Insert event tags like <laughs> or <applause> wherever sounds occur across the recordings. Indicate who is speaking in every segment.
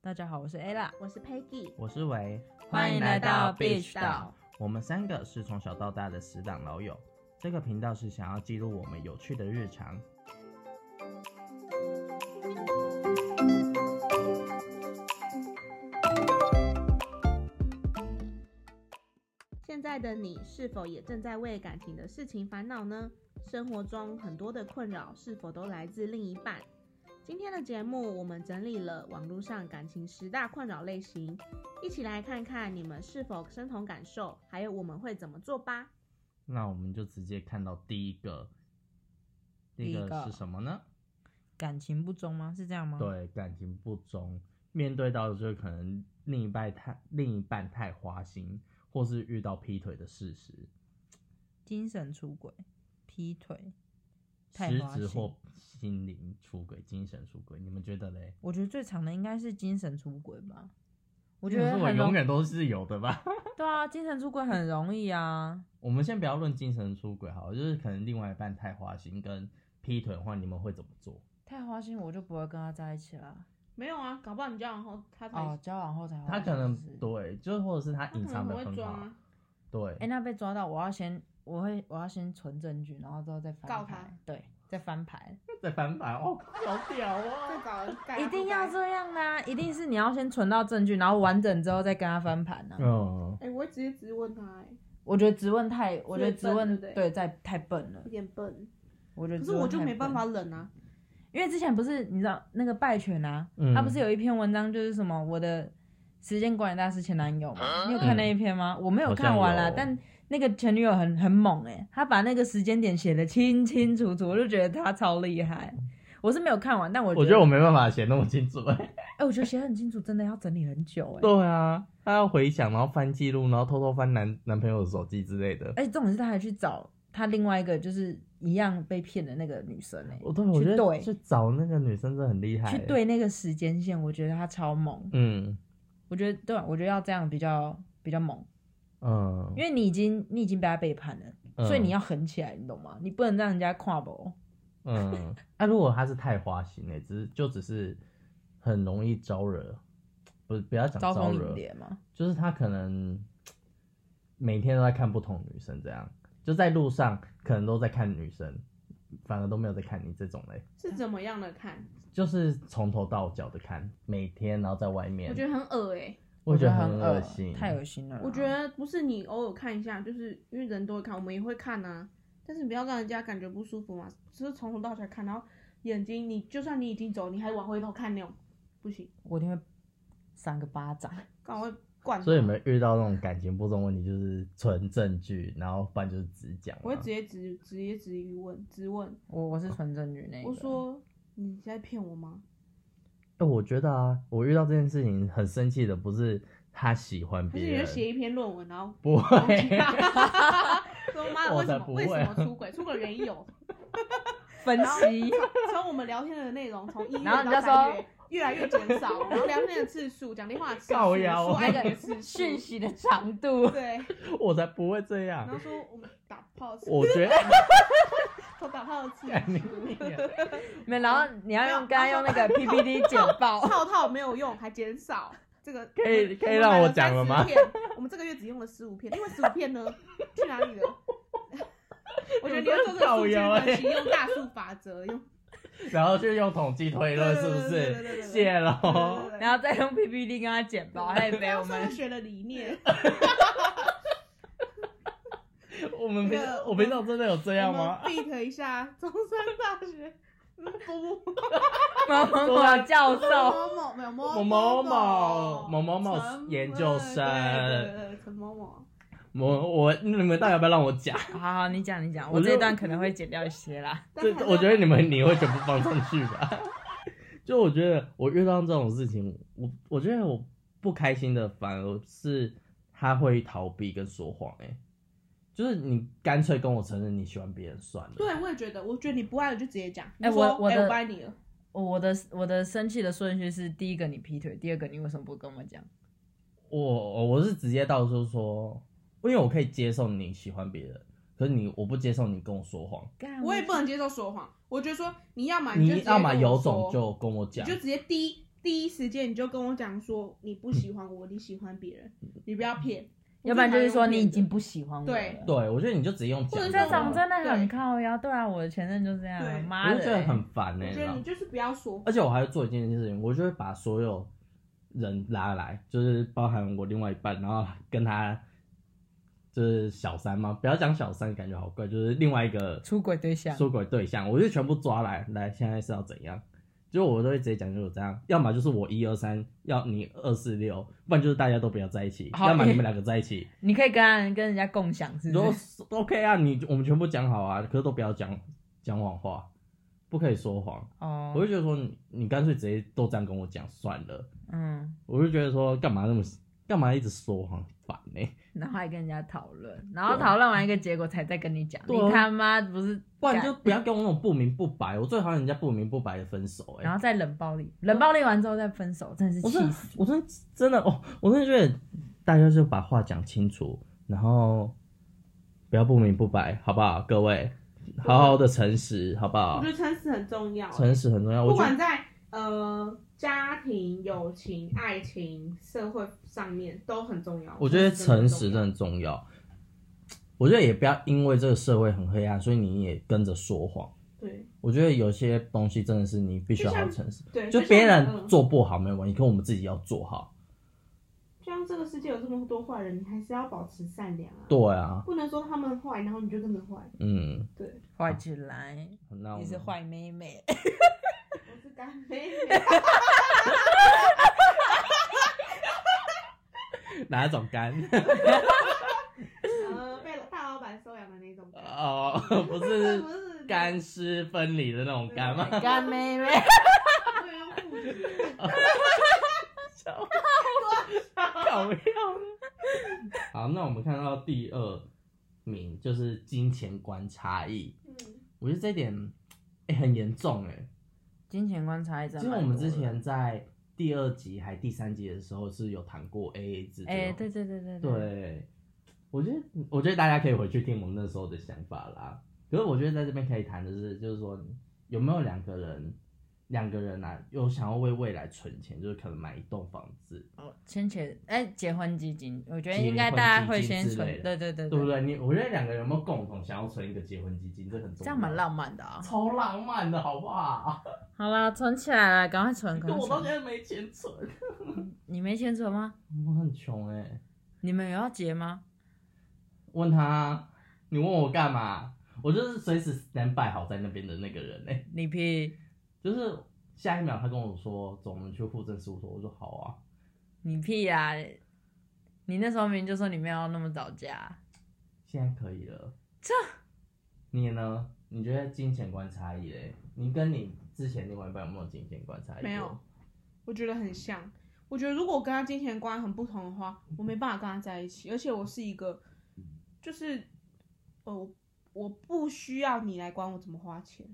Speaker 1: 大家好，我是 Ella，
Speaker 2: 我是 Peggy，
Speaker 3: 我是维，
Speaker 1: 欢迎来到 Beach 岛。
Speaker 3: 我们三个是从小到大的死党老友，这个频道是想要记录我们有趣的日常。
Speaker 2: 现在的你是否也正在为感情的事情烦恼呢？生活中很多的困扰是否都来自另一半？今天的节目，我们整理了网络上感情十大困扰类型，一起来看看你们是否深同感受，还有我们会怎么做吧。
Speaker 3: 那我们就直接看到第一个，第一
Speaker 1: 第一个
Speaker 3: 个是什么呢？
Speaker 1: 感情不忠吗？是这样吗？，
Speaker 3: 对，感情不忠，面对到就是可能另一半太另一半太花心，或是遇到劈腿的事实，
Speaker 1: 精神出轨、劈腿，太
Speaker 3: 实
Speaker 1: 花
Speaker 3: 质
Speaker 1: 心
Speaker 3: 或心灵出轨、精神出轨，你们觉得嘞？
Speaker 1: 我觉得最长的应该是精神出轨吧。我觉
Speaker 3: 可
Speaker 1: 得
Speaker 3: 是我
Speaker 1: 很容
Speaker 3: 永远都是有的吧。
Speaker 1: 对啊，精神出轨很容易啊。
Speaker 3: 我们先不要论精神出轨好了，就是可能另外一半太花心跟劈腿的话，你们会怎么做？
Speaker 1: 太花心，我就不会跟他在一起啦。
Speaker 2: 没有啊，搞不好你交往后他才，
Speaker 1: 哦，交往后才花心
Speaker 3: 他可能
Speaker 1: 是不是
Speaker 3: 对，就是或者是他
Speaker 2: 他可
Speaker 3: 隐
Speaker 2: 能
Speaker 3: 藏
Speaker 2: 很
Speaker 3: 的
Speaker 2: 会
Speaker 3: 很
Speaker 2: 装
Speaker 3: 好，
Speaker 2: 啊。
Speaker 3: 对
Speaker 1: 哎、，那被抓到，我要先，我会，我要先存证据，然后之后再翻
Speaker 2: 告
Speaker 1: 牌
Speaker 2: 他，
Speaker 1: 对，再翻牌，
Speaker 3: 在翻牌哦，好屌
Speaker 2: 再
Speaker 3: 哦！
Speaker 2: 找 <laughs> 人盖
Speaker 1: 一
Speaker 2: 他
Speaker 1: 定
Speaker 2: 不
Speaker 1: 要
Speaker 2: 盖
Speaker 1: 这样啦、一定是你要先存到证据，然后完整之后再跟他翻盘啊呢、
Speaker 3: 嗯，
Speaker 2: 哎、我会直接直问他、哎，
Speaker 1: 我觉得质问太，我觉得质问
Speaker 2: 笨对不对
Speaker 1: 对太太笨了
Speaker 2: 有，点笨。
Speaker 1: 我觉得
Speaker 2: 可
Speaker 1: 质
Speaker 2: 是
Speaker 1: 问
Speaker 2: 我就
Speaker 1: 太
Speaker 2: 没办
Speaker 1: 笨
Speaker 2: 法，忍啊，
Speaker 1: 因为之前不是你知道那个败犬啊，
Speaker 3: 嗯
Speaker 1: 他不是有一篇文章就是什么我的时间管理大师前男友嘛？你有看那一篇吗？我没有看完
Speaker 3: 好
Speaker 1: 啦，
Speaker 3: 像有
Speaker 1: 但那个前女友很很猛哎、她把那个时间点写的清清楚楚，我就觉得她超厉害。我是没有看完，但我
Speaker 3: 我
Speaker 1: 觉
Speaker 3: 觉得我没办法写那么清楚。欸
Speaker 1: 哎、我觉得写得很清楚，真的要整理很久哎、
Speaker 3: 对啊，他要回想，然后翻记录，然后偷偷翻男男朋友的手机之类的。
Speaker 1: 而且重点是她还去找她另外一个就是一样被骗的那个女生哎、
Speaker 3: 哦我对，我觉
Speaker 1: 对
Speaker 3: 得去找那个女生真的很厉害。欸
Speaker 1: 去，对那个时间线，我觉得她超猛。
Speaker 3: 嗯
Speaker 1: 我觉得对，啊我觉得要这样比较比较猛。
Speaker 3: 嗯，
Speaker 1: 因为你已经你已经被他背叛了，
Speaker 3: 嗯
Speaker 1: 所以你要狠起来，你懂吗？你不能让人家跨步。
Speaker 3: <laughs> 嗯，那、如果他是太花心呢、欸只是就只是很容易招惹，不是不要讲
Speaker 1: 招
Speaker 3: 招
Speaker 1: 蜂引
Speaker 3: 惹，
Speaker 1: 蝶嘛。
Speaker 3: 就是他可能每天都在看不同女生，这样就在路上可能都在看女生，反而都没有在看你这种嘞，
Speaker 2: 是怎么样的看？
Speaker 3: 就是从头到脚的看，每天然后在外面，
Speaker 2: 我觉得很恶哎、
Speaker 3: 我觉得
Speaker 1: 很
Speaker 3: 很恶心，
Speaker 1: 太恶心
Speaker 3: 嗯
Speaker 1: 了啦。
Speaker 2: 我觉得不是你偶尔看一下，就是因为人都会看，我们也会看啊。但是不要让人家感觉不舒服嘛，只是从头到脚看，然后眼睛你就算你已经走，你还往回头看那种，不行，
Speaker 1: 我一定会扇个巴掌。
Speaker 2: 刚好会灌。
Speaker 3: 所以有没有遇到那种感情不忠问题，就是纯证据，然后不然就是只讲啊。
Speaker 2: 我会直接直直接直疑问，直问，
Speaker 1: 我我是纯正女那一个
Speaker 2: 我说你在骗我吗？
Speaker 3: 哎、我觉得啊，我遇到这件事情很生气的，不是他喜欢
Speaker 2: 可
Speaker 3: 别
Speaker 2: 是你
Speaker 3: 人
Speaker 2: 就，写一篇论
Speaker 3: <laughs>
Speaker 2: 文，然后
Speaker 3: 不会，
Speaker 2: <laughs> 说妈的
Speaker 3: 我
Speaker 2: 为什
Speaker 3: 才
Speaker 2: 么
Speaker 3: 不
Speaker 2: 为
Speaker 3: 会
Speaker 2: 什么
Speaker 3: 啊
Speaker 2: 出轨？出轨原因有，
Speaker 1: 分 <laughs> 析，
Speaker 2: 从我们聊天的内容从一月
Speaker 1: 然后
Speaker 2: 到
Speaker 1: 你就
Speaker 2: 三
Speaker 1: 说
Speaker 2: 月越来越减少，然后聊天的次数、讲电话的次数、
Speaker 3: 造谣
Speaker 2: 说爱
Speaker 1: 那
Speaker 2: 你的
Speaker 1: 个
Speaker 2: 次
Speaker 1: <laughs> 讯
Speaker 2: 数，
Speaker 1: 息的长度。
Speaker 2: 对。
Speaker 3: 我才不会这
Speaker 2: 然后
Speaker 3: 样。
Speaker 2: 说我们打炮是，
Speaker 3: 我觉得，
Speaker 2: 我打炮的次
Speaker 3: 干你
Speaker 2: 数，
Speaker 1: 没有，然后你要用
Speaker 2: 没有
Speaker 1: 刚刚用那个 PPT 简报，
Speaker 2: 套套没有用，还减少。这个
Speaker 3: 可以
Speaker 2: 们
Speaker 3: 可以让我讲了吗？
Speaker 2: 我们买30片我们这个月只用了十五片，另外十五片呢去哪里了？我觉得你要做这个数
Speaker 3: 造
Speaker 2: 据
Speaker 3: 谣欸
Speaker 2: 分析，用大数法则，用
Speaker 3: 然后就用统计推论，是不
Speaker 2: 对对对对对
Speaker 3: 是？
Speaker 2: 对
Speaker 3: 谢
Speaker 2: 对
Speaker 3: 喽。
Speaker 2: 对对
Speaker 1: 然后再用 PPT 跟他简报，还有没有我
Speaker 2: 社会
Speaker 1: 们
Speaker 2: 学的理念，
Speaker 3: 我们平
Speaker 2: 那个
Speaker 3: 我平常真的有这样吗？
Speaker 2: 我们？beat 一下中山大学。嗯不不，
Speaker 1: 某某某教 <laughs> 授，
Speaker 2: 某某没有某
Speaker 3: 某某
Speaker 2: 某
Speaker 3: 某某某某
Speaker 2: 陈
Speaker 3: 研究生
Speaker 2: 对对对对陈某某，
Speaker 3: 我我你们到底要不要让我讲？
Speaker 1: 好好，你讲你讲，我
Speaker 3: 我就
Speaker 1: 这一段可能会剪掉一些啦。
Speaker 2: 但
Speaker 3: 这
Speaker 2: 还是
Speaker 3: 我觉得你们你会全部放上去吧。 <laughs> 就我觉得我遇到这种事情，我我觉得我不开心的反而是他会逃避跟说谎、欸，就是你干脆跟我承认你喜欢别人算了。
Speaker 2: 对，我也觉得，我觉得你不爱了就直接讲。
Speaker 1: 哎
Speaker 2: 你说
Speaker 1: 我我
Speaker 2: 哎
Speaker 1: 的
Speaker 2: 不爱你了，
Speaker 1: 我的我的生气的顺序是：第一个你劈腿，第二个你为什么不跟我讲？
Speaker 3: 我我是直接到处说，因为我可以接受你喜欢别人，可是你我不接受你跟我说谎，
Speaker 1: 干
Speaker 2: 我也不能接受说谎。我觉得说啊你要么就
Speaker 3: 你
Speaker 2: 直接
Speaker 3: 要么
Speaker 2: 跟我
Speaker 3: 有
Speaker 2: 说
Speaker 3: 种就跟我
Speaker 2: 你
Speaker 3: 讲
Speaker 2: 就，直接第一第一时间你就跟我讲说你不喜欢我，你喜欢别人，你不要骗，
Speaker 1: 要不然就是说你已经
Speaker 2: 不
Speaker 1: 不喜欢我了。
Speaker 2: 对
Speaker 3: 对我觉得你就直接用
Speaker 2: 或
Speaker 3: 讲
Speaker 2: 者是
Speaker 1: 这
Speaker 3: 的
Speaker 1: 种
Speaker 3: 话，
Speaker 1: 真的很靠腰。对啊，我的前任就这
Speaker 2: 对
Speaker 1: 样，
Speaker 3: 我
Speaker 1: 妈
Speaker 3: 就觉得
Speaker 1: 的，
Speaker 3: 很烦
Speaker 2: 要
Speaker 3: 哎、欸，
Speaker 2: 我觉
Speaker 3: 然
Speaker 2: 得
Speaker 3: 后
Speaker 2: 你就是不要说
Speaker 3: 而且我还会做一件事情，我就会把所有人拉来，就是包含我另外一半，然后跟他就是小三嘛，不要讲小三，感觉好怪，就是另外一个
Speaker 1: 出轨对象。
Speaker 3: 出轨对象，我就全部抓来，来现在是要怎样？就我都会直接讲，就是这样，要么就是我一二三，要你二四六，不然就是大家都不要在一起，
Speaker 1: 好
Speaker 3: 要么你们两个在
Speaker 1: <laughs>
Speaker 3: 一起，
Speaker 1: 你可以跟人跟人家共享，是
Speaker 3: 如
Speaker 1: 不
Speaker 3: 果
Speaker 1: 是？
Speaker 3: OK 啊，你我们全部讲好啊，可是都不要讲讲谎话，不可以说谎。我
Speaker 1: 哦
Speaker 3: 就，觉得说你，你干脆直接都这样跟我讲算了。
Speaker 1: 嗯，
Speaker 3: 我就觉得说，干嘛那么干嘛一直说谎，很烦呢、
Speaker 1: 然后还跟人家讨论，然后讨论完一个结果才再跟你讲，
Speaker 3: 对啊
Speaker 1: 你他妈不是，
Speaker 3: 不然就不要跟我那种不明不白，我最讨厌人家不明不白的分手、
Speaker 1: 然
Speaker 3: 哎，
Speaker 1: 后再冷暴力，冷暴力完之后再分手，真的是
Speaker 3: 我
Speaker 1: 气
Speaker 3: 真的
Speaker 1: 死。
Speaker 3: 我真的真的哦，我真的觉得大家就把话讲清楚，然后不要不明不白，好不好？各位，好好的诚实，好不
Speaker 2: 我
Speaker 3: 好
Speaker 2: 觉？得诚实很重要、
Speaker 3: 诚实很重要，我
Speaker 2: 不
Speaker 3: 觉得
Speaker 2: 管在呃家庭、友情、爱情、社会上面都很重要。
Speaker 3: 我觉得诚实真
Speaker 2: 真的
Speaker 3: 的
Speaker 2: 很重
Speaker 3: 很重要。我觉得也不要因为这个社会很黑暗，所以你也跟着说谎。
Speaker 2: 要对
Speaker 3: 我觉得有些东西真的是你必须要好好
Speaker 2: 就像
Speaker 3: 诚实。
Speaker 2: 对，
Speaker 3: 就
Speaker 2: 像
Speaker 3: 别
Speaker 2: 嗯
Speaker 3: 人做不好没有关系，可我们自己要做好。
Speaker 2: 就像这个世界有这么多坏人，你还是要保持善良啊，
Speaker 3: 对啊，
Speaker 2: 不能说他们坏，然后你就跟着坏。
Speaker 3: 嗯，
Speaker 2: 对，
Speaker 3: <laughs>
Speaker 1: 坏起来，
Speaker 3: 那我
Speaker 1: 你是
Speaker 3: 们
Speaker 1: 坏妹妹，
Speaker 2: 我是干妹妹。
Speaker 3: 哪种干？ <laughs>
Speaker 2: 呃，被大老板收养的那种干，
Speaker 3: 哦，不
Speaker 2: 是
Speaker 3: 是
Speaker 2: 不是
Speaker 3: 干湿分离的那种
Speaker 1: <laughs>
Speaker 3: 干吗？
Speaker 1: 干妹妹，
Speaker 2: 啊不能用父职，
Speaker 3: 搞笑。好，那我们看到第二名就是金钱观差异，
Speaker 2: 嗯，
Speaker 3: 我觉得这一点、欸、很严重哎、
Speaker 1: 金钱观差异真
Speaker 3: 其实
Speaker 1: 的蛮
Speaker 3: 我
Speaker 1: 多的。
Speaker 3: 们之前在第二集还第三集的时候是有谈过 AA 制这种，
Speaker 1: 哎，对对对对，
Speaker 3: 对，我觉得我觉得大家可以回去听我们那时候的想法啦。可是我觉得在这边可以谈的是，就是说有没有两个人，两个人啊，有想要为未来存钱，就是可能买一栋房子，
Speaker 1: 哦，先且哎，结婚基金，我觉得
Speaker 3: 结
Speaker 1: 应该
Speaker 3: 婚
Speaker 1: 大家
Speaker 3: 基
Speaker 1: 会
Speaker 3: 金
Speaker 1: 先
Speaker 3: 之
Speaker 1: 存
Speaker 3: 类，
Speaker 1: 对
Speaker 3: 的
Speaker 1: 对对
Speaker 3: 对不对？你我觉得两个人有没有共同想要存一个结婚基金，这很重要。
Speaker 1: 这样蛮浪漫的啊。
Speaker 3: 超浪漫的好不好？
Speaker 1: <laughs> 好啦，存起来了，赶快存，
Speaker 3: 可
Speaker 1: 赶快
Speaker 3: 我到现
Speaker 1: 存。
Speaker 3: 在没钱存，
Speaker 1: 你没钱存吗？
Speaker 3: 我很穷哎、
Speaker 1: 你们有要结吗？
Speaker 3: 问他，你问我干嘛？我就是随时 stand by 好在那边的那个人哎、
Speaker 1: 你屁，
Speaker 3: 就是下一秒他跟我说走，我们去户政事务所，我说好啊。
Speaker 1: 你屁啊！你那时候明明就说你没有要那么早啊嫁，
Speaker 3: 现在可以了。
Speaker 1: 这
Speaker 3: 你呢？你觉得金钱观差异嘞？你跟你之前另外一半有没有金钱观差异？
Speaker 2: 没有。我觉得很像。我觉得如果我跟他金钱观很不同的话，我没办法跟他在一起。而且我是一个，
Speaker 1: 嗯
Speaker 2: 就是，呃，我我不需要你来管我怎么花钱，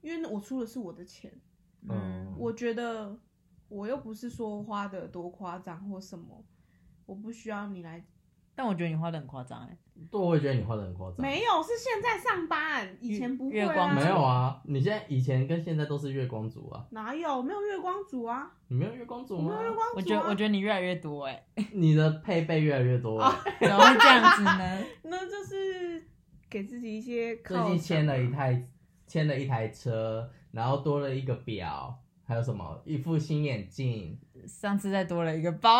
Speaker 2: 因为我出的是我的钱。
Speaker 1: 嗯，
Speaker 2: 我觉得我又不是说花的多夸张或什么，我不需要你来。
Speaker 1: 但我觉得你花的很夸张哎。
Speaker 3: 对，我也觉得你花的很夸张。
Speaker 2: 没有，是现在上班，以前不会
Speaker 1: 月光
Speaker 2: 啊。
Speaker 1: 族
Speaker 3: 没有啊，你现在以前跟现在都是月光族啊，
Speaker 2: 哪有没有月光族啊？
Speaker 3: 你没有月光族
Speaker 2: 我没
Speaker 3: 吗
Speaker 2: 有？月光族、啊。
Speaker 1: 我觉得我觉得你越来越多哎，
Speaker 3: <laughs> 你的配备越来越多
Speaker 2: 哦
Speaker 3: 了，
Speaker 1: 怎么会这样子呢？ <laughs>
Speaker 2: 那就是给自己一些
Speaker 3: 最
Speaker 2: 靠
Speaker 3: 近签了
Speaker 2: 墙
Speaker 3: 一台签了一台车，然后多了一个表，还有什么一副新眼镜。
Speaker 1: 上次再多了一个包，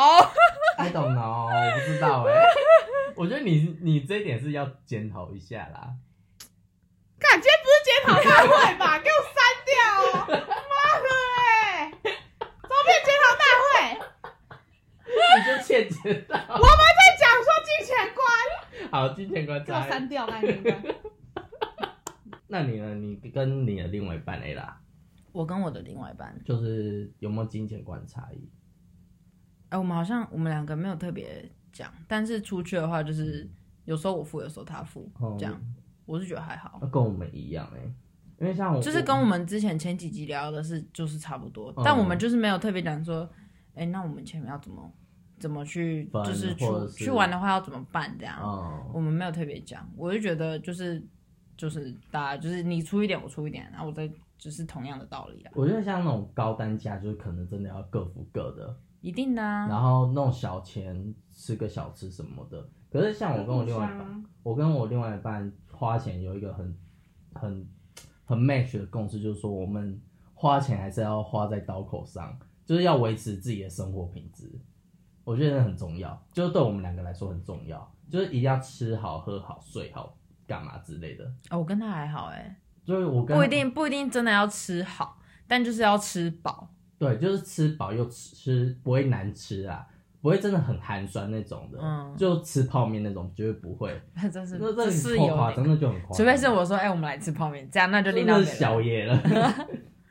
Speaker 1: <laughs>
Speaker 3: I don't know，我不知道哎、我觉得你你这一点是要检讨一下啦。
Speaker 2: 干，今天不是检讨大会吧？给我删掉哦！妈的哎，怎么变检讨大会？
Speaker 3: 你就欠检讨。
Speaker 1: <laughs>
Speaker 2: 我们在讲说金钱观，
Speaker 3: 好，金钱观
Speaker 2: 给我
Speaker 3: 差异。
Speaker 2: 删掉那一段。
Speaker 3: 那你呢？你跟你的另外一半 A 啦，
Speaker 1: 我跟我的另外一半，
Speaker 3: 就是有没有金钱观差异？
Speaker 1: 哎，我们好像我们两个没有特别讲，但是出去的话就是有时候我付，有时候他付
Speaker 3: 哦，
Speaker 1: 这样，我是觉得还好。
Speaker 3: 那跟我们一样哎、因为像我
Speaker 1: 就是跟我们之前前几集聊的是就是差不多，
Speaker 3: 嗯
Speaker 1: 但我们就是没有特别讲说，哎、那我们前面要怎么怎么去，
Speaker 3: 分
Speaker 1: 就是去
Speaker 3: 或者是
Speaker 1: 去玩的话要怎么办这样，
Speaker 3: 嗯，
Speaker 1: 我们没有特别讲。我就觉得就是就是大家就是你出一点我出一点，然后我再就是同样的道理啦，
Speaker 3: 我觉得像那种高单价，就是可能真的要各付各的，
Speaker 1: 一定的、啊。
Speaker 3: 然后弄小钱吃个小吃什么的。可是像我跟我另外一半，我跟我另外一半花钱有一个很很很 match 的共识，就是说我们花钱还是要花在刀口上，就是要维持自己的生活品质。我觉得很重要，就是对我们两个来说很重要，就是一定要吃好、喝好、睡好、干嘛之类的。
Speaker 1: 哦，我跟他还好哎、
Speaker 3: 就是我跟
Speaker 1: 不一定不一定真的要吃好，但就是要吃饱。
Speaker 3: 对，就是吃饱又吃吃，不会难吃啊，不会真的很寒酸那种的，
Speaker 1: 嗯 <laughs>
Speaker 3: 就吃泡面那种绝对不会。
Speaker 1: 这是
Speaker 3: 那
Speaker 1: 这
Speaker 3: 这
Speaker 1: 是
Speaker 3: 很夸
Speaker 1: 有
Speaker 3: 张，
Speaker 1: 点，
Speaker 3: 那就很夸张。
Speaker 1: 除非是我说，哎、我们来吃泡面，这样那就另
Speaker 3: 真
Speaker 1: 当
Speaker 3: 的
Speaker 1: 别
Speaker 3: 是小
Speaker 1: 论。
Speaker 3: 爷
Speaker 1: <laughs>
Speaker 3: 了。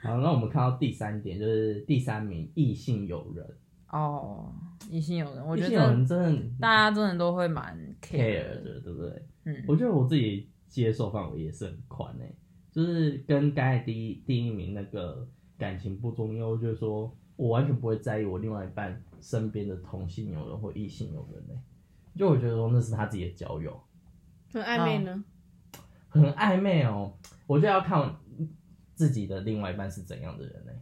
Speaker 3: 好，那我们看到第三点就是第三名异性友人，
Speaker 1: 哦，异性友人，我
Speaker 3: 异
Speaker 1: 觉
Speaker 3: 性友
Speaker 1: 得
Speaker 3: 人真的
Speaker 1: 大家真的都会蛮
Speaker 3: care
Speaker 1: care 的。
Speaker 3: 的，对不对？
Speaker 1: 嗯，
Speaker 3: 我觉得我自己接受范围也是很宽诶、就是跟刚才第一第一名那个感情不重要，就是说我完全不会在意我另外一半身边的同性友人或异性友人诶、欸就我觉得说那是他自己的交友，
Speaker 2: 很暧昧呢，
Speaker 3: 很暧昧哦、我就要看自己的另外一半是怎样的人诶、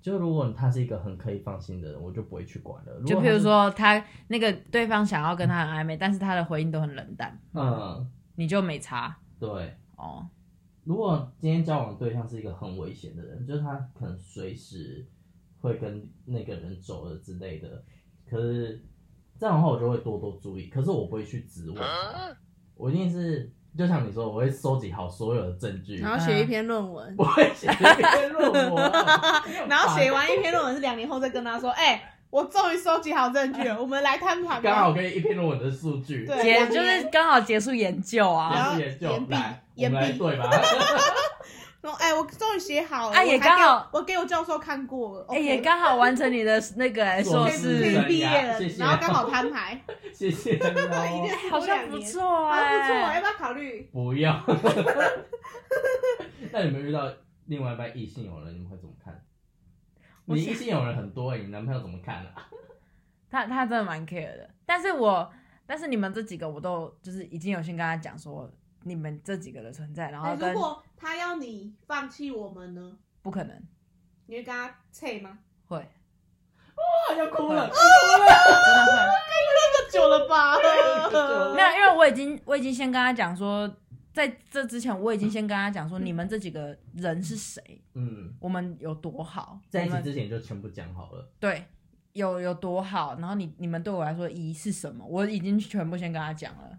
Speaker 3: 就如果他是一个很可以放心的人，我就不会去管了。
Speaker 1: 就
Speaker 3: 果
Speaker 1: 譬
Speaker 3: 他
Speaker 1: 如
Speaker 3: 是，
Speaker 1: 说他那个对方想要跟他很暧昧，但是他的回应都很冷淡，
Speaker 3: 嗯，
Speaker 1: 你就没差
Speaker 3: 对，
Speaker 1: 哦。
Speaker 3: 如果今天交往的对象是一个很危险的人，就是他可能随时会跟那个人走了之类的，可是这样的话我就会多多注意，可是我不会去质问他，我一定是就像你说，我会收集好所有的证据，
Speaker 2: 然后写一篇论文，
Speaker 3: 我会写一篇论文，啊
Speaker 2: <laughs> 然后写完一篇论文是两年后再跟他说，哎、我终于收集好证据了，我们来摊牌
Speaker 3: <laughs>
Speaker 2: 吧。
Speaker 3: 刚好给你一篇论文的数据，
Speaker 2: 对
Speaker 1: 结
Speaker 2: 我
Speaker 1: 就是刚好结束研究
Speaker 2: 然
Speaker 1: 啊，
Speaker 2: 后
Speaker 3: 也是研
Speaker 2: 言
Speaker 3: 究
Speaker 2: 必
Speaker 3: 来，我
Speaker 2: 言
Speaker 3: 们来
Speaker 2: 必
Speaker 3: 对吧？ <laughs>
Speaker 2: 说，哎、我终于写好了，
Speaker 1: 啊
Speaker 2: 我
Speaker 1: 也
Speaker 2: 还
Speaker 1: 刚
Speaker 2: 给
Speaker 1: 好
Speaker 2: 我给我教授看过了，
Speaker 1: 哎、
Speaker 2: OK
Speaker 1: 也刚好完成你的那个哎
Speaker 3: 硕
Speaker 1: 硕
Speaker 2: 可以
Speaker 3: 士
Speaker 1: 士
Speaker 2: 可
Speaker 3: 生涯
Speaker 2: 以毕业了
Speaker 3: 谢，谢
Speaker 2: 然后刚好摊牌，
Speaker 3: 谢谢
Speaker 2: 一
Speaker 3: 哦
Speaker 2: 定，是
Speaker 1: 哎好
Speaker 2: 多两
Speaker 1: 像不
Speaker 2: 年，
Speaker 1: 错
Speaker 2: 好像不错，
Speaker 1: 哎、
Speaker 2: 要不要考虑？
Speaker 3: 不要。 <laughs> 那你们遇到另外一半异性友人，你们会怎么看？
Speaker 1: 我
Speaker 3: 你
Speaker 1: 想
Speaker 3: 异性友人很多、欸，你男朋友怎么看啊？
Speaker 1: 他他真的蛮 care 的，但是我但是你们这几个我都就是已经有先跟他讲说你们这几个的存在，然
Speaker 2: 哎
Speaker 1: 后跟
Speaker 2: 如果他要你放弃我们呢，
Speaker 1: 不可能
Speaker 2: 你会跟他脆吗？
Speaker 1: 会
Speaker 3: 啊，要哭
Speaker 1: 真
Speaker 3: 了，
Speaker 1: 的会。
Speaker 2: 久了吧？
Speaker 1: 没有，因为我已经我已经先跟他讲说，在这之前我已经先跟他讲说，你们这几个人是谁，
Speaker 3: <laughs> 嗯，
Speaker 1: 我们有多好，
Speaker 3: 在
Speaker 1: 我
Speaker 3: 一起
Speaker 1: 们
Speaker 3: 之前就全部讲好了，
Speaker 1: 对有有多好，然后你你们对我来说一是什么，我已经全部先跟他讲了。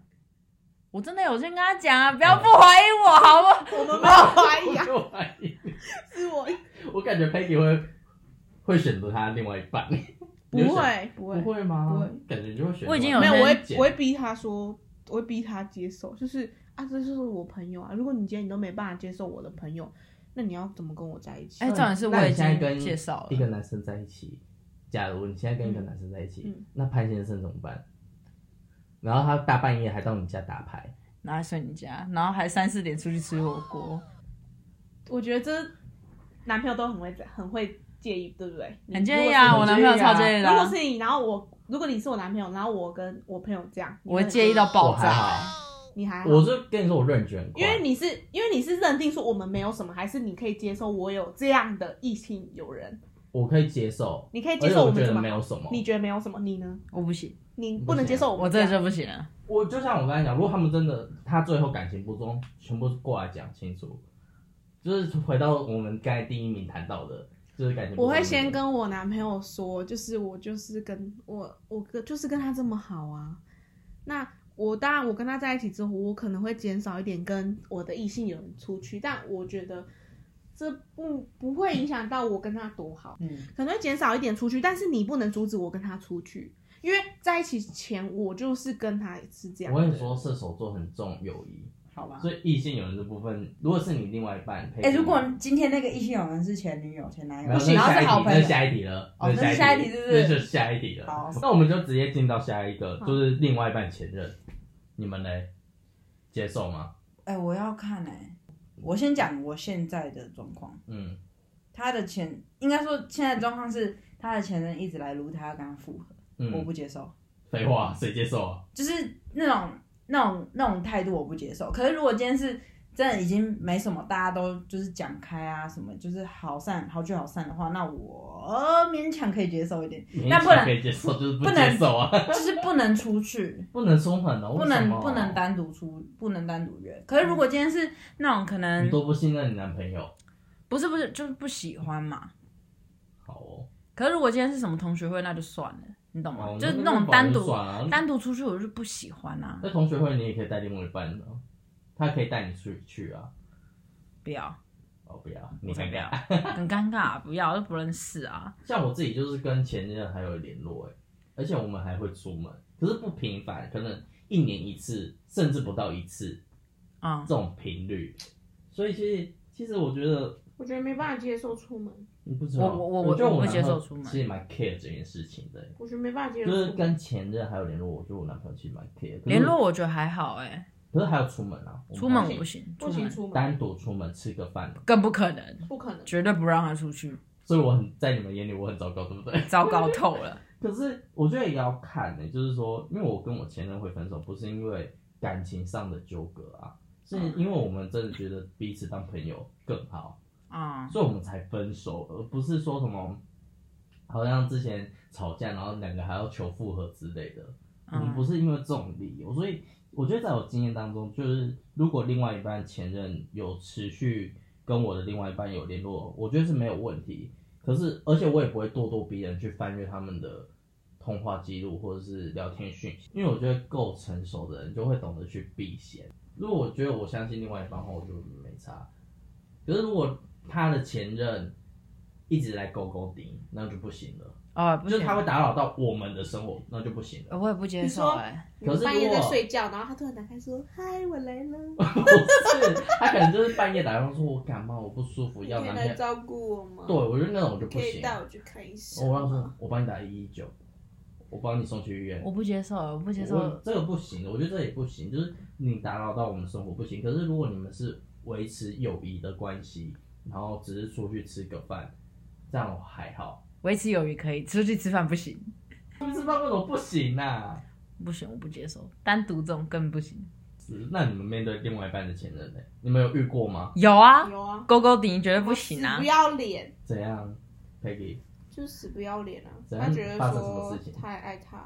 Speaker 1: 我真的有先跟他讲啊，不要不怀疑我，好不？
Speaker 2: 我们没有怀疑
Speaker 3: 我
Speaker 2: 啊，
Speaker 3: 就怀疑，
Speaker 2: 是我
Speaker 3: <laughs> 我感觉 Peggy 会会选择他另外一半，你
Speaker 2: 不
Speaker 3: 选，
Speaker 2: 会不
Speaker 3: 不会吗？
Speaker 2: 不会，
Speaker 3: 感觉就会选。
Speaker 1: 我已经有
Speaker 2: 没有，我
Speaker 1: 先
Speaker 2: 会我会逼他说，我会逼他接受，就是啊，这就是我朋友啊。如果你今天你都没办法接受我的朋友，那你要怎么跟我在一起？
Speaker 1: 哎，重点是
Speaker 3: 那
Speaker 1: 我
Speaker 3: 你
Speaker 1: 已
Speaker 3: 现在
Speaker 1: 经
Speaker 3: 跟
Speaker 1: 介绍了
Speaker 3: 一，个男生在一起，假如你现在跟一个男生在一起，
Speaker 2: 嗯
Speaker 3: 那潘先生怎么办？然后他大半夜还到你家打牌，
Speaker 1: 拿来睡你家，然后还三四点出去吃火锅，
Speaker 2: 我觉得这男朋友都很会在很会介意，对不对？你
Speaker 1: 很介
Speaker 2: 如
Speaker 1: 意
Speaker 2: 果是
Speaker 1: 啊！
Speaker 3: 很
Speaker 1: 我男朋友
Speaker 3: 介意啊
Speaker 1: 超介意的
Speaker 2: 如果
Speaker 1: 啊，
Speaker 2: 是你，然后我，如果你是我男朋友，然后我跟我朋友这样，你
Speaker 1: 我会
Speaker 2: 很
Speaker 1: 介意到
Speaker 3: 我
Speaker 1: 爆
Speaker 3: 还
Speaker 1: 炸。
Speaker 3: 好，
Speaker 2: 你还好
Speaker 3: 我是跟你说我认觉很快，
Speaker 2: 因为你是因为你是认定说我们没有什么，还是你可以接受我有这样的异性友人？
Speaker 3: 我可以接受，
Speaker 2: 你可以
Speaker 3: 而
Speaker 2: 接
Speaker 3: 且
Speaker 2: 受
Speaker 3: 哎我
Speaker 2: 们
Speaker 3: 觉
Speaker 2: 怎
Speaker 3: 得
Speaker 2: 么
Speaker 3: 没？有什么。
Speaker 2: 你觉得没有什么？你呢？
Speaker 1: 我不行，
Speaker 2: 你不能接受我
Speaker 1: 我
Speaker 2: 们
Speaker 1: 这
Speaker 2: 样
Speaker 1: 就不行了。
Speaker 3: 我就像我刚才讲，如果他们真的他最后感情不忠，全部过来讲清楚，就是回到我们刚才第一名谈到的，就是感情不忠。
Speaker 2: 我会先跟我男朋友说，就是我就是跟我我跟就是跟他这么好啊。那我当然我跟他在一起之后，我可能会减少一点跟我的异性友人出去，但我觉得这不不会影响到我跟他多好，
Speaker 1: 嗯，
Speaker 2: 可能会减少一点出去，但是你不能阻止我跟他出去，因为在一起前我就是跟他是这样。
Speaker 3: 我跟你，说，射手座很重友谊，
Speaker 1: 好吧。
Speaker 3: 所以异性友人这部分，如果是你另外一半，哎
Speaker 4: 哎、如果今天那个异性友人是前女友、前男友，
Speaker 3: 没有
Speaker 4: 然后
Speaker 3: 那
Speaker 4: 哦是好朋
Speaker 3: 那
Speaker 4: 友，
Speaker 3: 下一题了，
Speaker 4: 哦
Speaker 3: 那
Speaker 4: 那是下一题是不是
Speaker 3: 那就是下一题了
Speaker 4: 好。
Speaker 3: 那我们就直接进到下一个，
Speaker 2: 好
Speaker 3: 就是另外一半前任，你们嘞接受吗？
Speaker 4: 哎、我要看哎、我先讲我现在的状况，
Speaker 3: 嗯
Speaker 4: 他的前应该说现在的状况是他的前任一直来撸他，跟他复合，我
Speaker 3: 嗯，
Speaker 4: 不接受，
Speaker 3: 废话，谁接受啊？
Speaker 4: 就是那种那种那种态度我不接受。可是如果今天是真的已经没什么，大家都就是讲开啊，什么就是好散好聚好散的话，那我呃勉强可以接受一
Speaker 3: <laughs>
Speaker 4: 点，那不
Speaker 3: 勉强
Speaker 4: 能
Speaker 3: 可以接受，就是不
Speaker 4: 不能
Speaker 3: 接
Speaker 4: <laughs>
Speaker 3: 受啊，
Speaker 4: 就是不能出去，
Speaker 3: 不能松狠的，
Speaker 4: 不
Speaker 3: 为什
Speaker 4: 能
Speaker 3: 么啊嗯
Speaker 4: 不能，单独出，不能单独约。可是如果今天是那种可能
Speaker 3: 你都不信任你男朋友，
Speaker 1: 不是不是，就是不喜欢嘛。
Speaker 3: 好哦，
Speaker 1: 可是如果今天是什么同学会，那就算了，你懂吗？
Speaker 3: 哦
Speaker 1: 就是
Speaker 3: 那
Speaker 1: 种
Speaker 3: 保
Speaker 1: 单
Speaker 3: 留
Speaker 1: 独
Speaker 3: 算了
Speaker 1: 单独出去，我就不喜欢啊，
Speaker 3: 那同学会你也可以带另外一半的，他可以带你出去去啊。
Speaker 1: 不要，
Speaker 3: 哦，不要，你
Speaker 1: 才
Speaker 3: 看
Speaker 1: 不要
Speaker 3: 看，
Speaker 1: 很尴尬，不要，都不认识啊。
Speaker 3: 像我自己就是跟前任还有联络哎，而且我们还会出门，可是不频繁，可能一年一次，甚至不到一次
Speaker 1: 啊、
Speaker 4: 嗯
Speaker 3: 这种频率。所以其实其实我觉得
Speaker 2: 我觉得没办法接受出门，
Speaker 3: 你不知道，
Speaker 1: 我我我我
Speaker 3: 觉得
Speaker 1: 我
Speaker 3: 我
Speaker 1: 不
Speaker 3: 男
Speaker 1: 接受
Speaker 3: 朋友
Speaker 1: 出门
Speaker 3: 其实蛮 care 这件事情的欸，
Speaker 2: 我觉得没办法接受
Speaker 3: 就
Speaker 2: 出门。
Speaker 3: 是跟前任还有联络，我觉得我男朋友其实蛮 care 可是
Speaker 1: 联络，我觉得还好哎、
Speaker 3: 可是还有出门啊，
Speaker 1: 出门我
Speaker 3: 我
Speaker 1: 不
Speaker 3: 们
Speaker 1: 行，
Speaker 2: 不
Speaker 1: 出
Speaker 2: 行
Speaker 1: 门
Speaker 2: 出门，
Speaker 3: 单独出门吃个饭，
Speaker 1: 更不可能，
Speaker 2: 不可能。
Speaker 1: 绝对不让他出去，
Speaker 3: 所以我很在你们眼里我很糟糕，对不对？
Speaker 1: 糟糕透了。
Speaker 3: 可是我觉得也要看呢、欸就是说，因为我跟我前任会分手，不是因为感情上的纠葛啊，是因为我们真的觉得彼此当朋友更好，
Speaker 1: 啊、
Speaker 3: 所以我们才分手，而不是说什么好像之前吵架，然后两个还要求复合之类的。我们
Speaker 1: 嗯，
Speaker 3: 不是因为这种理由，所以我觉得在我经验当中，就是如果另外一半前任有持续跟我的另外一半有联络，我觉得是没有问题。可是，而且我也不会咄咄逼人去翻阅他们的通话记录或者是聊天讯息，因为我觉得够成熟的人就会懂得去避嫌。如果我觉得我相信另外一半的话，我就没差。可是如果他的前任一直来勾勾顶，那就不行了，
Speaker 1: 哦，不
Speaker 3: 就是
Speaker 1: 行，
Speaker 3: 他会打扰到我们的生活，那就不行了。
Speaker 1: 我也不接
Speaker 2: 你
Speaker 1: 受
Speaker 2: 说
Speaker 1: 哎、
Speaker 2: 你
Speaker 3: 可是
Speaker 2: 半夜在
Speaker 3: 如果
Speaker 2: 睡觉，然后他突然打开说：“嗨，我来了，
Speaker 3: 不是，他可能就是半夜打电话说我感冒，我不舒服，<laughs>
Speaker 2: 你
Speaker 3: 要
Speaker 2: 可以
Speaker 3: 男
Speaker 2: 来
Speaker 3: 天。
Speaker 2: 照顾我吗？
Speaker 3: 对，我觉得那种我就
Speaker 2: 你
Speaker 3: 不
Speaker 2: 可以
Speaker 3: 行。
Speaker 2: 带我去看医生
Speaker 3: 我
Speaker 2: 吗。
Speaker 3: 要说，我帮你打一一九，我帮你送去医院。
Speaker 1: 我不接受，欸我不接
Speaker 3: 我
Speaker 1: 受。
Speaker 3: 这个不行，我觉得这也不行，就是你打扰到我们生活不行。可是如果你们是维持友谊的关系，然后只是出去吃个饭，这样我还好。
Speaker 1: 维持友谊可以，出去吃饭不行，
Speaker 3: 出去吃饭为什么不行啊？
Speaker 1: 不行，我不接受。单独这种更不行。
Speaker 3: 是那你们面对另外一半的前任呢？你们有遇过吗？
Speaker 1: 有啊，
Speaker 2: 有啊，
Speaker 1: 勾勾顶绝对不行
Speaker 2: 死
Speaker 1: 啊
Speaker 2: 不！要脸，
Speaker 3: 怎样，Peggy？
Speaker 2: 就是死不要脸啊！
Speaker 3: 怎样
Speaker 2: 他觉得
Speaker 3: 发生什么
Speaker 2: 说
Speaker 3: 事情
Speaker 2: 太爱他，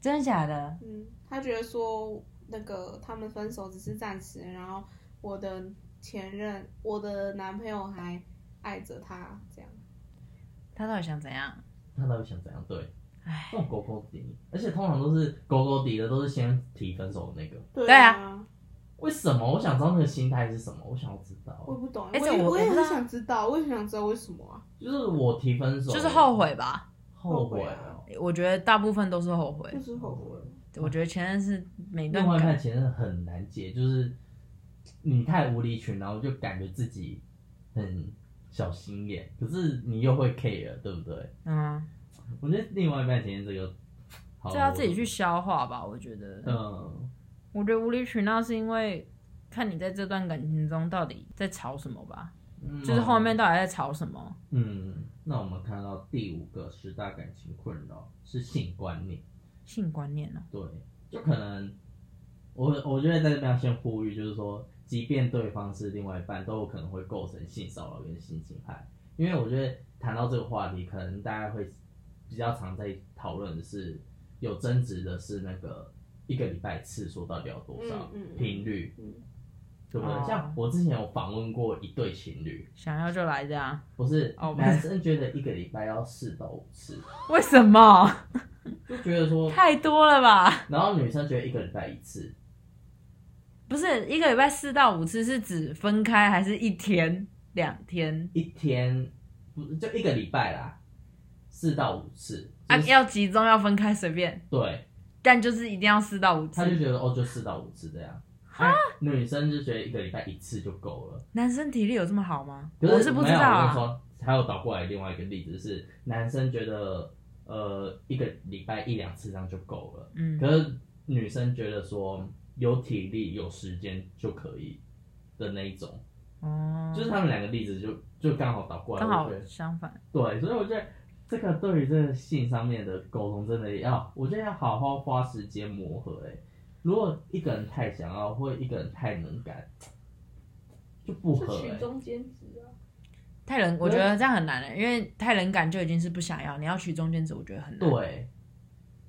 Speaker 1: 真的假的？
Speaker 2: 嗯，他觉得说那个他们分手只是暂时，然后我的前任，我的男朋友还爱着他，这样
Speaker 1: 他到底想怎样？
Speaker 3: 他到底想怎样？对，
Speaker 1: 唉
Speaker 3: 这种勾勾底，而且通常都是勾勾底的，都是先提分手的那个。
Speaker 2: 对
Speaker 1: 对
Speaker 2: 啊，
Speaker 3: 为什么？我想知道那个心态是什么，我想要知道。
Speaker 2: 我也不懂，
Speaker 1: 哎
Speaker 2: 我
Speaker 1: 这
Speaker 2: 也
Speaker 1: 我
Speaker 2: 也
Speaker 1: 我不知
Speaker 2: 很
Speaker 1: 道
Speaker 2: 想知道，我也很想知道为什么啊？
Speaker 3: 就是我提分手，
Speaker 1: 就是后悔，啊吧。
Speaker 3: 后悔哦。
Speaker 1: 我觉得大部分都是后悔
Speaker 2: 就。是后悔了，
Speaker 1: 我觉得前任是每段
Speaker 3: 另外一半
Speaker 1: 感，
Speaker 3: 前任很难解，就是你太无理取闹，就感觉自己很小心眼，可是你又会 care，对不对？
Speaker 1: 嗯，
Speaker 3: 我觉得另外一半前任这个，好
Speaker 1: 这要自己去。消化吧。我觉得，
Speaker 3: 嗯，
Speaker 1: 我觉得无理取闹是因为看你在这段感情中到底在吵什么吧，
Speaker 3: 嗯
Speaker 1: 就是后面到底在吵什么。
Speaker 3: 嗯，那我们看到第五个十大感情困扰是性观念。
Speaker 1: 性观念哦呢、
Speaker 3: 对，就可能我我觉得在这边要先呼吁，就是说，即便对方是另外一半，都有可能会构成性骚扰跟性侵害。因为我觉得谈到这个话题，可能大家会比较常在讨论的是，有争执的是那个一个礼拜次数到底要多少
Speaker 2: 嗯嗯
Speaker 3: 频率，
Speaker 2: 嗯
Speaker 3: 对不对？
Speaker 1: 哦
Speaker 3: 像我之前有访问过一对情侣，
Speaker 1: 想要就来这样，
Speaker 3: 不是
Speaker 1: 哦不是
Speaker 3: 男生觉得一个礼拜要四到五次，
Speaker 1: 为什么？
Speaker 3: 就觉得说，
Speaker 1: 太多了吧？
Speaker 3: 然后女生觉得一个礼拜一次，
Speaker 1: 不是一个礼拜四到五次是指分开还是一天、两天？
Speaker 3: 一天不就一个礼拜啦，四到五次。
Speaker 1: 啊
Speaker 3: 就，是
Speaker 1: 要集中要分开随便，
Speaker 3: 对，
Speaker 1: 但就是一定要四到五
Speaker 3: 他就
Speaker 1: 次。
Speaker 3: 觉得哦，就四到五次这样。啊，女生就觉得一个礼拜一次就够了。
Speaker 1: 男生体力有这么好吗？
Speaker 3: 可
Speaker 1: 我
Speaker 3: 是
Speaker 1: 是不知
Speaker 3: 没有
Speaker 1: 道
Speaker 3: 我跟你
Speaker 1: 啊。
Speaker 3: 说，还有倒过来另外一个例子是，男生觉得呃一个礼拜一两次这样就够了，
Speaker 1: 嗯，
Speaker 3: 可是女生觉得说有体力有时间就可以。的那一种，
Speaker 1: 哦，
Speaker 3: 就是他们两个例子就就刚好倒过来，
Speaker 1: 刚
Speaker 3: 我
Speaker 1: 好
Speaker 3: 觉得
Speaker 1: 相反，
Speaker 3: 对，所以我觉得这个对于这个性上面的沟通，真的要我觉得要好好花时间磨合、欸。如果一个人太想要，或一个人太能干，就不合、
Speaker 2: 是取
Speaker 3: 欸。
Speaker 2: 中间值啊。
Speaker 1: 太冷，我觉得这样很难的，因为太冷感就已经是不想要，你要取中间值，我觉得很
Speaker 5: <laughs>
Speaker 1: 难。
Speaker 3: 对，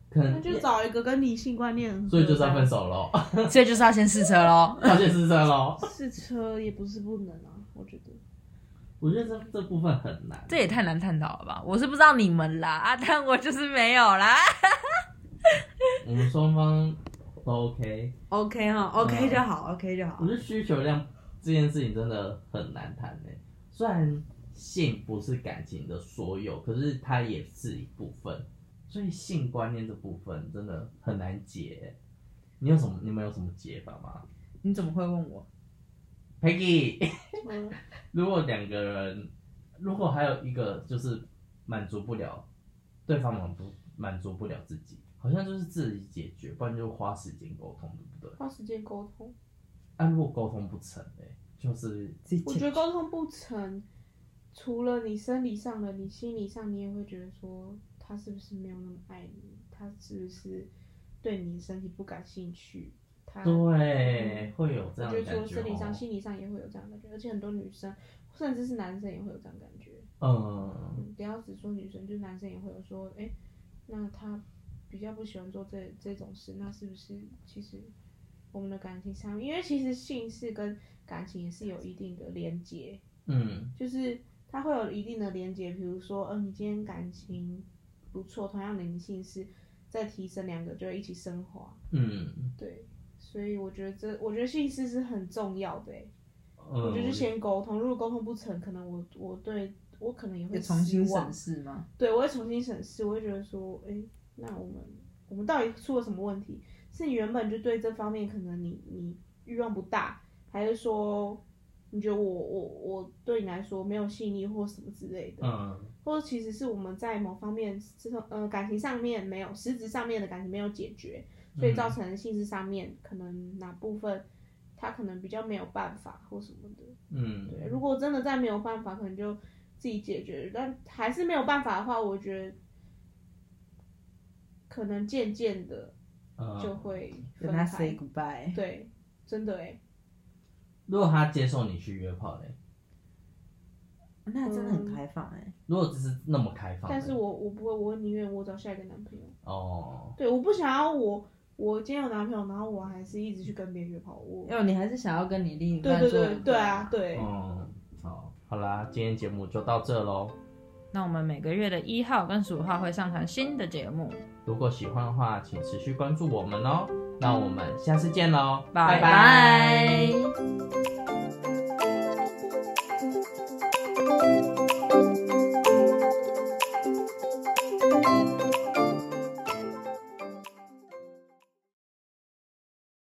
Speaker 3: 可
Speaker 6: 那
Speaker 3: 能
Speaker 6: 就找一个跟你性观念很合
Speaker 3: 所以就是
Speaker 6: 的
Speaker 3: 要分手喽， <laughs>
Speaker 1: 所以就是要先试车喽。
Speaker 3: 要去试车喽。
Speaker 6: 试车也不是不能啊，我觉得。
Speaker 3: 我觉得这这部分很难，
Speaker 1: 这也太难探讨了吧？我是不知道你们啦，啊， <laughs> 但我就是没有啦。
Speaker 3: 我们双方都 OK。
Speaker 5: OK 哈
Speaker 3: 嗯
Speaker 5: ，OK 就好，OK 就好
Speaker 1: 嗯
Speaker 3: 我。觉得需求量这件事情真的很难谈呢、虽然性不是感情的所有，可是它也是一部分，所以性观念这部分真的很难解欸、你有什么？你们有什么解法吗
Speaker 5: 你怎么会问我？
Speaker 3: ？Peggy， <laughs>
Speaker 2: 嗯，
Speaker 3: 如果两个人，如果还有一个就是满足不了对方满足满足不了自己，好像就是自己解决，不然就花时间沟通，对不对？
Speaker 2: 花时间沟通，
Speaker 3: 啊，如果沟通不成、欸，就是
Speaker 5: 自己
Speaker 2: 我
Speaker 5: 解
Speaker 2: 觉得沟通不成，除了你生理上的，你心理上你也会觉得说他是不是没有那么爱你，他是不是对你的身体不感兴趣，他
Speaker 3: 对，会有哦这
Speaker 2: 我
Speaker 3: 样
Speaker 2: 觉
Speaker 3: 的
Speaker 2: 得除
Speaker 3: 感
Speaker 2: 了
Speaker 3: 觉
Speaker 2: 生理上、
Speaker 3: 哦。
Speaker 2: 心理上也会有这样的感觉，而且很多女生，甚至是男生也会有这样的感觉。
Speaker 3: 嗯，
Speaker 2: 嗯，不要只说女生，就是男生也会有说，哎、那他比较不喜欢做这这种事，那是不是其实我们的感情上面，因为其实性是跟感情也是有一定的连接，
Speaker 3: 嗯，
Speaker 2: 就是它会有一定的连接，比如说，嗯、你今天感情不错，同样的你性是再提升两个就会一起升华，
Speaker 3: 嗯，
Speaker 2: 对，所以我觉得这，我觉得性是是很重要的、诶我
Speaker 3: 嗯我
Speaker 2: 觉得就先沟通，如果沟通不成，可能我我对我可能也会
Speaker 5: 要重新
Speaker 2: 失望
Speaker 5: 审视吗？
Speaker 2: 对，我会重新审视，我会觉得说，哎、那我们我们到底出了什么问题？是你原本就对这方面可能你你欲望不大，还是说你觉得我我我对你来说没有吸引力或什么之类的？
Speaker 3: 嗯
Speaker 2: 或者其实是我们在某方面这种呃感情上面没有实质上面的感情没有解决，所以
Speaker 3: 嗯
Speaker 2: 造成性质上面可能哪部分他可能比较没有办法或什么的。对，
Speaker 3: 嗯，
Speaker 2: 如果真的再没有办法，可能就自己解决。但还是没有办法的话，我觉得可能渐渐的
Speaker 3: 嗯
Speaker 2: 就。会分
Speaker 5: 啊跟他
Speaker 2: 开。
Speaker 5: say goodbye。
Speaker 2: 对，真的哎，
Speaker 3: 如果他接受你去约炮嘞，
Speaker 5: 那真的很开放哎、
Speaker 3: 如果只是那么开放嘞，
Speaker 2: 但是我我不会，我宁愿我找下一个男朋友。
Speaker 3: 哦，
Speaker 2: 对，我不想要我我今天有男朋友，然后我还是一直去跟别人约炮。我
Speaker 1: 哦
Speaker 5: 因为你还是想要跟你另一
Speaker 2: 对
Speaker 5: 半
Speaker 2: 对
Speaker 5: 做
Speaker 2: 对对啊，对，
Speaker 5: 哦
Speaker 3: 嗯，好，好啦，今天节目就到这喽。
Speaker 1: 那我们每个月的一号跟十五号会上传新的节目，
Speaker 3: 如果喜欢的话，请持续关注我们哦。那我们下次见喽，
Speaker 1: 拜
Speaker 3: 拜
Speaker 1: 拜